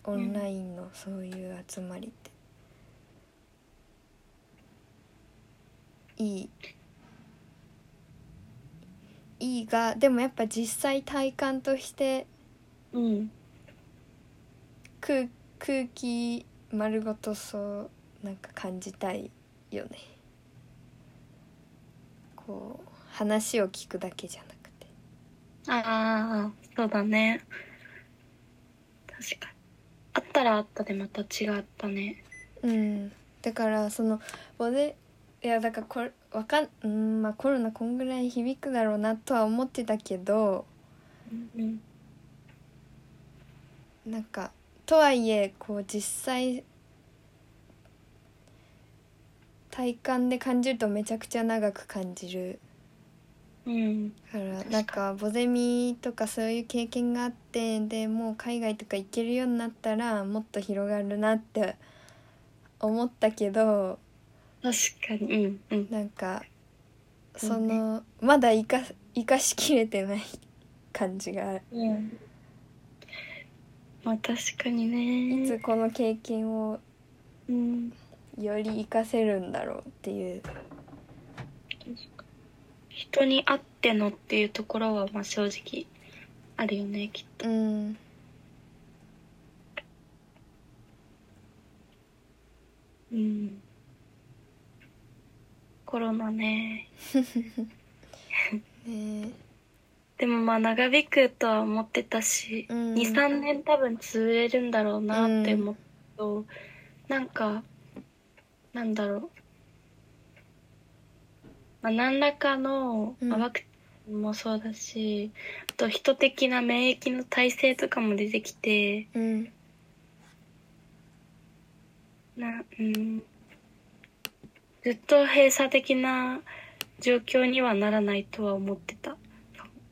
A: オンラインのそういう集まりって、いいいいがでもやっぱ実際体感として
B: うん
A: 空空気丸ごとそうなんか感じたいよねこう話を聞くだけじゃなくて
B: ああそうだね確かにあったらあったでまた違ったね
A: うんだからそのボゼいやだからこれわかんうんまあコロナこんぐらい響くだろうなとは思ってたけど
B: うん
A: なんかとはいえこう実際体感で感じるとめちゃくちゃ長く感じる
B: うん
A: だから
B: かに
A: なんかボゼミとかそういう経験があってでもう海外とか行けるようになったらもっと広がるなって思ったけど
B: 確かにうんうん
A: なんかその、まだ生か生かしきれてない感じがある
B: うんまあ確かにね
A: いつこの経験を
B: うん
A: より生かせるんだろうっていう
B: 人に会ってのっていうところはまあ正直あるよねきっと
A: うん
B: うんコロナね
A: ね
B: でもまあ長引くとは思ってたし、
A: うん
B: 23年多分潰れるんだろうなって思うと、なんかなんだろう、まあ、何らかの、
A: うん
B: まあワクチンもそうだしあと人的な免疫の体制とかも出てきて
A: うん
B: なうんずっと閉鎖的な状況にはならないとは思ってた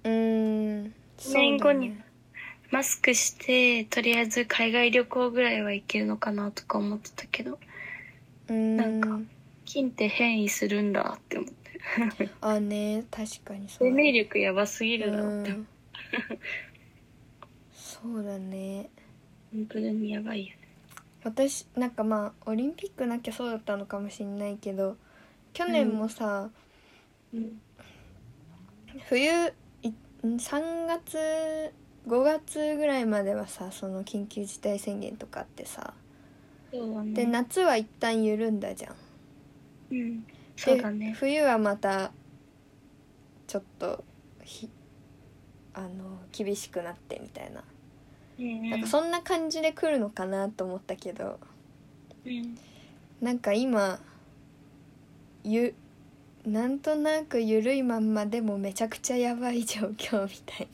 A: うん
B: 年
A: そうだ
B: 後に
A: ね
B: マスクしてとりあえず海外旅行ぐらいは行けるのかなとか思ってたけど
A: うん
B: なんか菌って変異するんだって思って
A: あね確かにそう
B: 生
A: だね
B: 命力やばすぎるだろうって
A: うんそうだね
B: 本当にやばいよね
A: 私なんかまあオリンピックなきゃそうだったのかもしんないけど去年もさ、
B: うん
A: 冬い3月5月ぐらいまではさその緊急事態宣言とかあってさ
B: そうだね
A: で夏は一旦緩んだじゃん。
B: うん
A: で
B: そうだね
A: 冬はまたちょっとひあの厳しくなってみたいな
B: うん
A: なんかそんな感じで来るのかなと思ったけど
B: うん
A: なんか今ゆなんとなく緩いまんまでもめちゃくちゃやばい状況みたい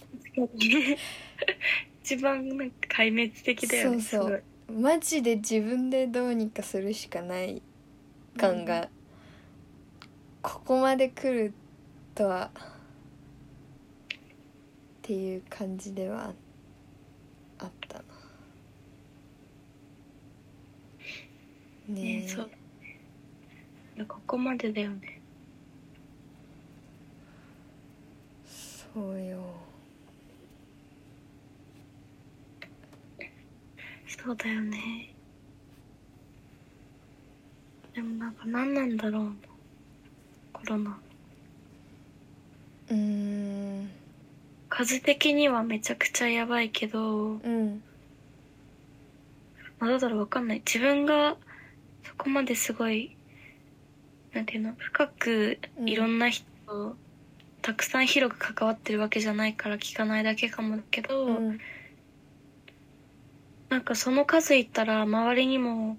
B: 一番なんか壊滅的だよね
A: そうそう
B: すごい
A: なマジで自分でどうにかするしかない感が、ここまで来るとはっていう感じではあったなね
B: ね
A: え
B: そういやここまでだよね
A: そうよ
B: そうだよねでもなんか何なんだろうなコロナ
A: うーん
B: 数的にはめちゃくちゃやばいけど
A: うん
B: まあ、どうだろうわかんない。自分がそこまですごい、なんていうの、深く
A: うん
B: いろんな人、たくさん広く関わってるわけじゃないから聞かないだけかもだけど、
A: うん
B: なんかその数いったら周りにも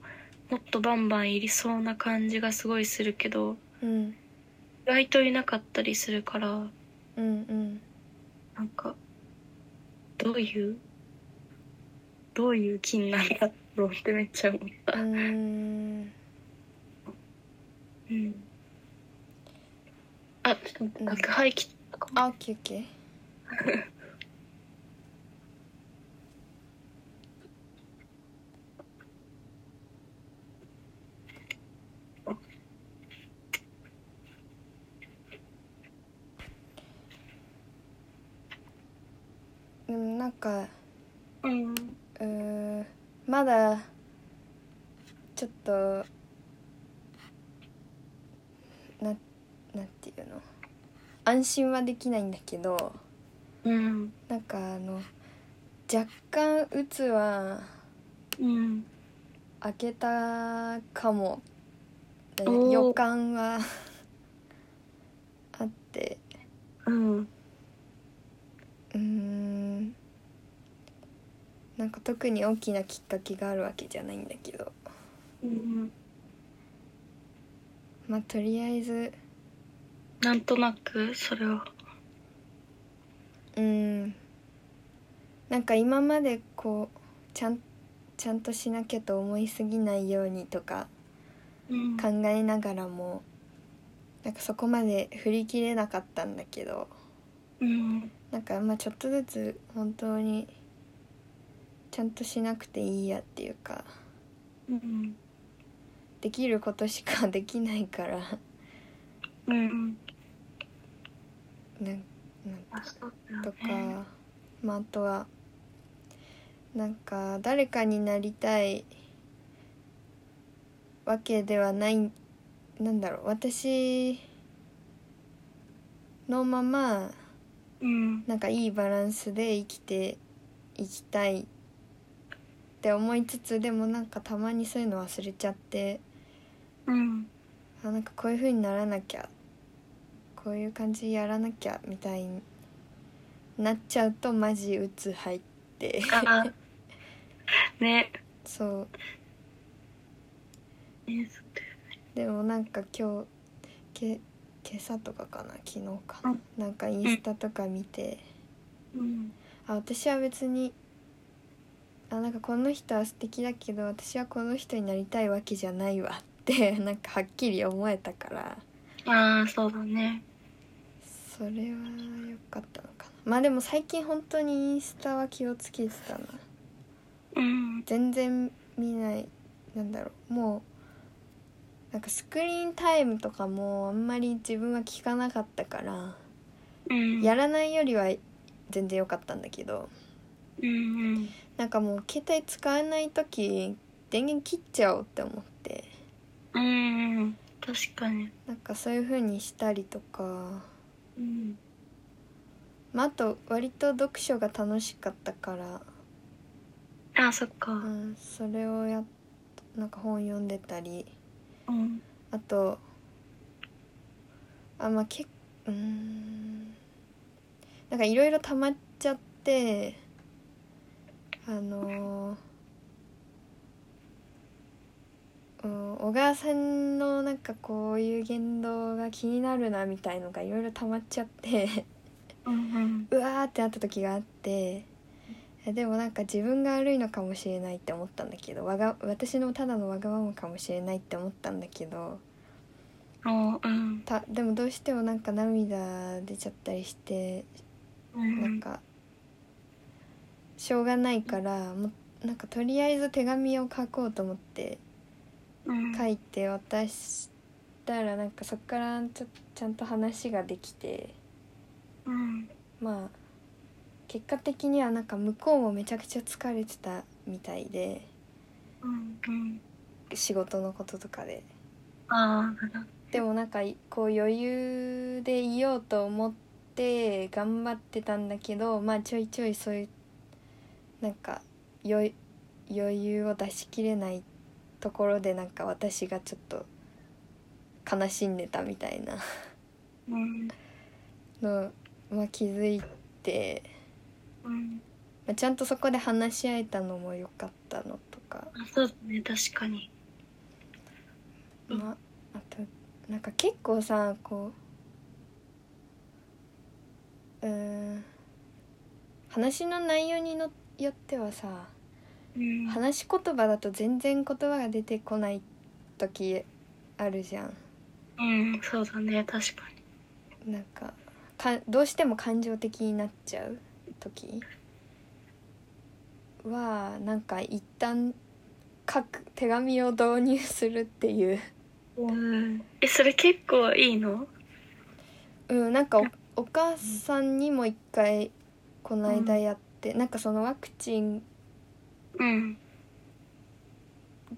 B: もっとバンバンいりそうな感じがすごいするけど、
A: うん
B: 意外といなかったりするから、
A: うんうん
B: なんか、どういう、どういう気になるんだろうってめっちゃ思っ
A: う
B: た。
A: ーん
B: うんあ、ちょっと待って、宅配来たかも。
A: あ、オッケーオッケー。でもなんか
B: うん。
A: うーんまだちょっとななんていうの安心はできないんだけど、
B: うん。
A: なんかあの若干うつは
B: うん。
A: 開けたかもだね
B: おー
A: 予感はあって
B: うん。
A: うーんなんか特に大きなきっかけがあるわけじゃないんだけど
B: うん。
A: まあとりあえず
B: なんとなく、それは。
A: うんなんか今までこうちゃんちゃんとしなきゃと思いすぎないようにとか
B: うん
A: 考えながらもなんかそこまで振り切れなかったんだけど
B: うん。
A: なんかまあちょっとずつ本当にちゃんとしなくていいやっていうか
B: うん。
A: できることしかできないから
B: うん。
A: なんなん
B: あ、そうだ
A: と
B: よね。
A: か、まあ、あとはなんか誰かになりたいわけではないなんだろう私のまま
B: うん。
A: なんかいいバランスで生きていきたいって思いつつでもなんかたまにそういうの忘れちゃって
B: うん。
A: あなんかこういう風にならなきゃこういう感じやらなきゃみたいになっちゃうとマジうつ入って
B: あ、ね。
A: そう
B: ね、そうだ
A: で
B: よ
A: もなんか今日け今朝とかかな昨日か
B: うん
A: なんかインスタとか見て。
B: うん。
A: あ私は別にあなんかこの人は素敵だけど私はこの人になりたいわけじゃないわって なんかはっきり思えたから
B: ああ、そうだね。
A: それは良かったのかなまあでも最近本当にインスタは気をつけてたな
B: うん。
A: 全然見ないなんだろうもうなんかスクリーンタイムとかもあんまり自分は聞かなかったから
B: うん。
A: やらないよりは全然良かったんだけど
B: うん。うん。
A: なんかもう携帯使わない時電源切っちゃおうって思って
B: うん。確かに。
A: なんかそういう風にしたりとか、
B: うん。
A: まあ、あと割と読書が楽しかったから、
B: あ、そっか。
A: うん、それをやっなんか本読んでたり
B: うん。
A: あとあまあけうーんなんかいろいろ溜まっちゃってあのーうん小川さんのなんかこういう言動が気になるなみたいのがいろいろ溜まっちゃって。
B: うんうん。
A: うわーってなった時があってえでもなんか自分が悪いのかもしれないって思ったんだけどわが私のただのわがままかもしれないって思ったんだけど
B: あうん。
A: たでもどうしてもなんか涙出ちゃったりして
B: う
A: なん
B: ん。
A: かしょうがないからもうなんかとりあえず手紙を書こうと思って
B: うん。
A: 書いて渡したらなんかそっからちょちゃんと話ができて。
B: うん。
A: まあ結果的にはなんか向こうもめちゃくちゃ疲れてたみたいで
B: うん。うん。
A: 仕事のこととかで
B: ああ、なるほど
A: でもなんかいこう余裕でいようと思って頑張ってたんだけどまあちょいちょいそういうなんかよい余裕を出しきれないところでなんか私がちょっと悲しんでたみたいな
B: うん。
A: の、まあ、気づいて、
B: うん。
A: まあ、ちゃんとそこで話し合えたのも良かったのとか。
B: あ、そうだね、確かに。うん
A: まあとなんか結構さこううーん話の内容にのよってはさ
B: うん。
A: 話し言葉だと全然言葉が出てこない時あるじゃん
B: うん、そうだね、確かに。
A: なんかかどうしても感情的になっちゃう時はなんか一旦書く手紙を導入するっていう
B: うん。え、それ結構いいの
A: うん、なんかおお母さんにも一回この間やって、なんかそのワクチン
B: うん。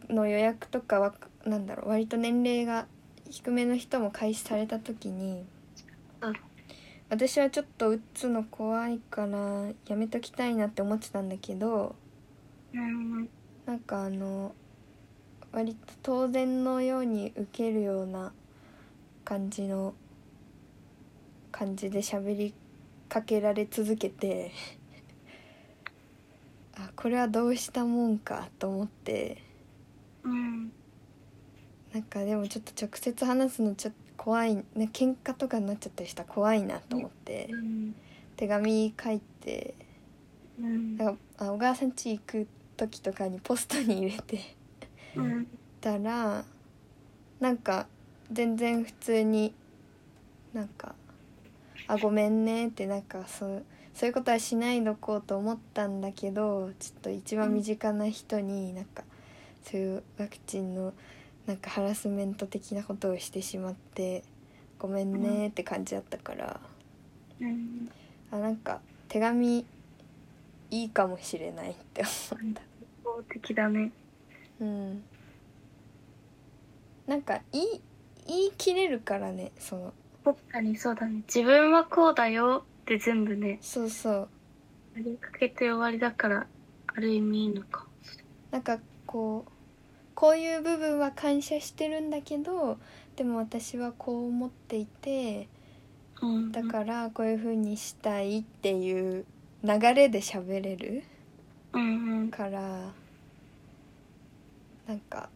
A: の予約とかはなんだろう割と年齢が低めの人も開始された時に、
B: うん
A: 私はちょっと打つの怖いからやめときたいなって思ってたんだけど
B: うん。
A: なんかあの割と当然のように受けるような感じの感じで喋りかけられ続けて あこれはどうしたもんかと思って
B: うん。
A: なんかでもちょっと直接話すのちょっと怖いな喧嘩とかになっちゃったりしたら怖いなと思って
B: うん。
A: 手紙書いて
B: うん。
A: なんかあ小川さん家行く時とかにポストに入れて。
B: うん。
A: たらなんか全然普通になんか「あごめんね」ってなんかそうそういうことはしないどこうと思ったんだけどちょっと一番身近な人になんかそういうワクチンのなんかハラスメント的なことをしてしまって「ごめんね」って感じだったから
B: うん。
A: あなんか手紙いいかもしれないって思った。
B: 法的だね。
A: うんなんか言い言い切れるからねその
B: 確かにそうだね。自分はこうだよって全部ね、
A: そうそう
B: 投げかけて終わりだから、ある意味いいのか。
A: なんかこうこういう部分は感謝してるんだけどでも私はこう思っていて
B: うん。
A: だからこういう風にしたいっていう流れで喋れる
B: ら。うん
A: からなんか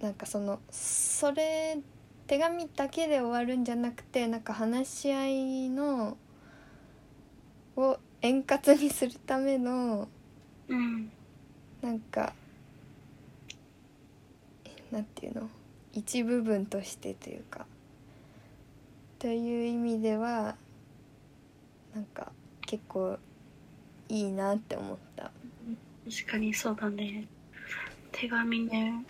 A: なんかそのそれ手紙だけで終わるんじゃなくてなんか話し合いのを円滑にするための
B: うん。うん。
A: なんかえなんていうの一部分としてというかという意味ではなんか結構いいなって思った。
B: 確かにそうだね。手紙ね。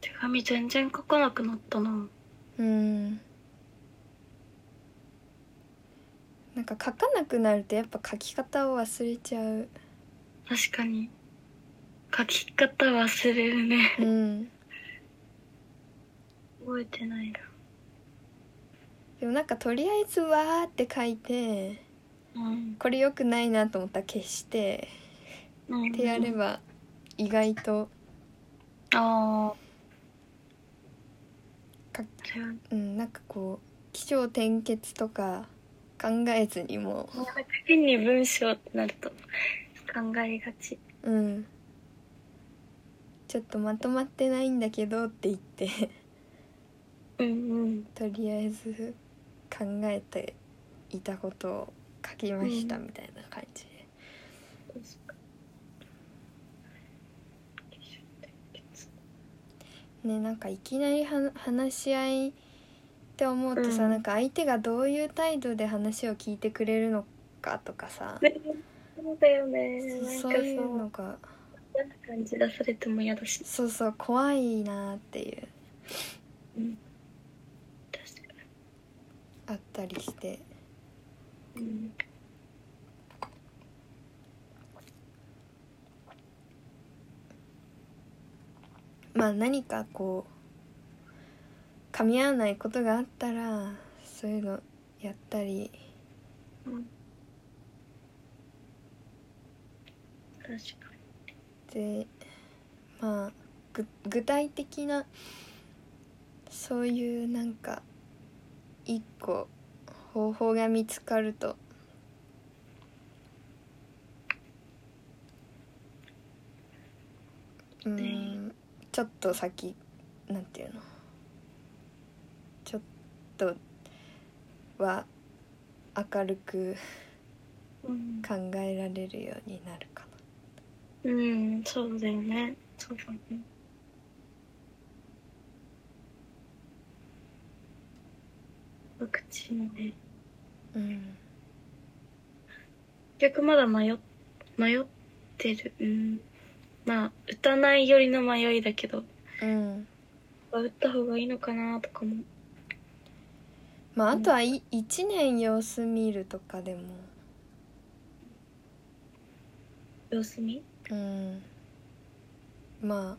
B: 手紙全然書かなくなったな。
A: うんなんか書かなくなるとやっぱ書き方を忘れちゃう
B: 確かに。書き方忘れるね
A: うん
B: 覚えてないな
A: でもなんかとりあえず「わ」って書いて
B: うん
A: これ良くないなと思ったら消して
B: うん
A: ってやれば意外と
B: ああ
A: か
B: それは
A: うんなんかこう起承転結とか考えずにも
B: 変に文章ってなると考えがち
A: ううんちょっとまとまってないんだけどって言って
B: うんうん
A: とりあえず考えていたことを書きましたみたいな感じで、ねなんかいきなりは話し合いって思うとさ、
B: うん
A: なんか相手がどういう態度で話を聞いてくれるのかとかさ、
B: ねそうだよねなんか
A: そ
B: そうう
A: いうのが
B: 嫌な感じ出されても嫌だし
A: そうそう怖いなっていう
B: 確か
A: あったりして
B: に、うん、
A: まあ何かこう噛み合わないことがあったらそういうのやったり
B: 確か
A: でまあぐ具体的なそういうなんか一個方法が見つかるとうーんちょっと先なんていうのちょっとは明るく
B: にうん、
A: 考えられるようになるかな。
B: うん、そうだよねそうだねワクチンね
A: うん
B: 逆まだ迷っ迷ってるうんまあ打たないよりの迷いだけど
A: うん
B: 打った方がいいのかなとかも
A: まああとはい、1年様子見るとかでも
B: 様子見
A: うんま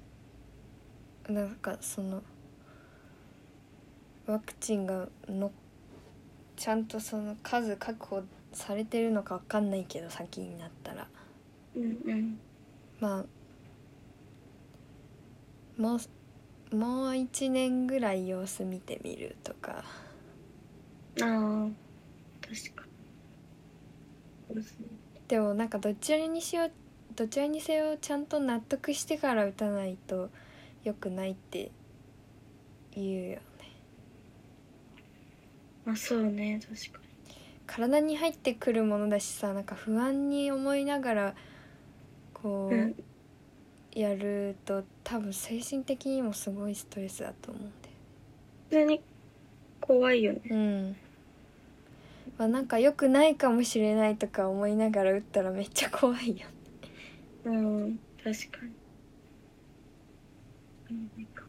A: あなんかそのワクチンがのちゃんとその数確保されてるのか分かんないけど先になったら
B: うん
A: まあもうもう1年ぐらい様子見てみるとか
B: うんああ確かに様子見
A: でもなんかどちらにしようどちらにせよちゃんと納得してから打たないと良くないって言うよ
B: まあそうね確か
A: 体に入ってくるものだしさなんか不安に思いながらこ
B: にうん
A: うやると多分精神的にもすごいストレスだと思うんで
B: 普通に怖いよね
A: うんまあなんか良くないかもしれないとか思いながら打ったらめっちゃ怖いよ
B: うん確かにうんなんか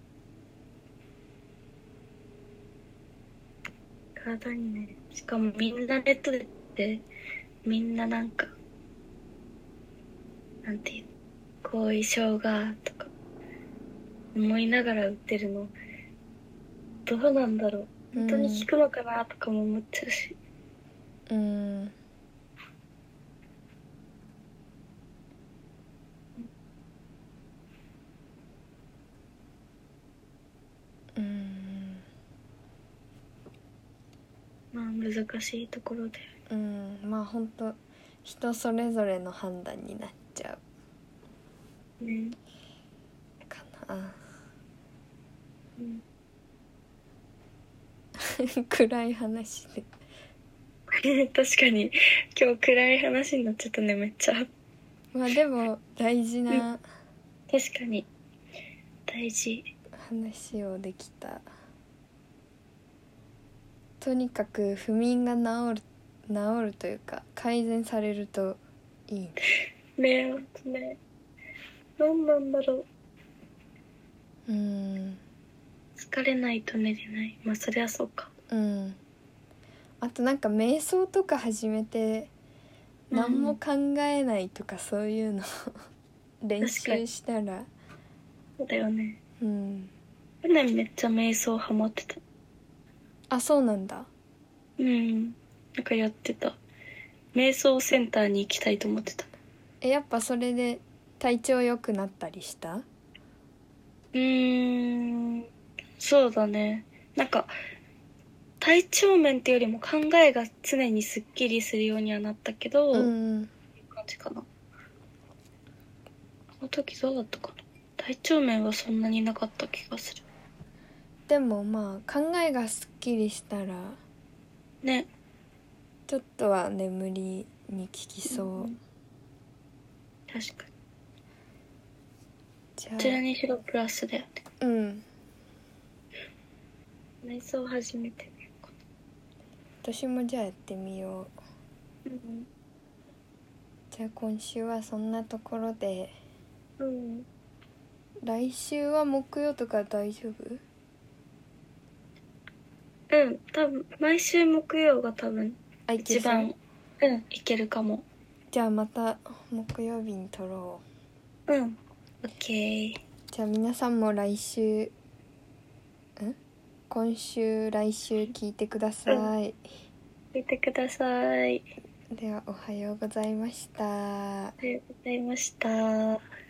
B: 体にねしかもみんなネットでってみんななんかなんていう後遺症がとか思いながら打ってるのどうなんだろう本当に効くのかなとかも思っちゃうし、
A: うんうん
B: まあ難しいところで
A: うんまあ本当人それぞれの判断になっちゃ
B: ね
A: うかな
B: うん
A: 暗い話で
B: 確かに今日暗い話になっちゃったねめっちゃ
A: まあでも大事な
B: 確かに大事
A: 話をできたとにかく不眠が治る治るというか改善されるといいね
B: ねえほんとね何なんだろう
A: うん
B: 疲れないと寝れないまあそりゃそうか
A: うんあとなんか瞑想とか始めて
B: うん
A: 何も考えないとかそういうの練習したら
B: そうだよね
A: うん
B: 去年めっちゃ瞑想ハマってた
A: あそうなんだ
B: うんなんかやってた瞑想センターに行きたいと思ってた
A: えやっぱそれで体調良くなったりした
B: うーんそうだねなんか体調面っていうよりも考えが常にすっきりするようにはなったけど、
A: うん
B: 感じかなこの時どうだったかな体調面はそんなになかった気がする
A: でもまあ考えがすっきりしたら
B: ね
A: ちょっとは眠りに効きそう、
B: ん確かに
A: じ
B: どちら
A: ゃ
B: にしろプラスだよね
A: あうん
B: 瞑想初めてね
A: 私もじゃあやってみよう
B: うん
A: じゃあ今週はそんなところで
B: うん
A: 来週は木曜とか大丈夫
B: うん多分毎週木曜が多分
A: あいけ
B: 一
A: そう
B: 番うんいけるかも
A: じゃあまた木曜日に撮ろう
B: うんオッケー
A: じゃあ皆さんも来週ん今週来週聞いてください、
B: 見てください
A: ではおはようございました
B: ありがとうございました